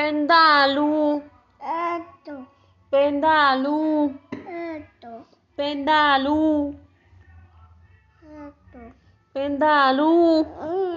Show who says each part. Speaker 1: Pendálogo,
Speaker 2: Ato,
Speaker 1: pendálogo,
Speaker 2: ato,
Speaker 1: pendálogo,
Speaker 2: ato.
Speaker 1: pendálogo.
Speaker 2: Um.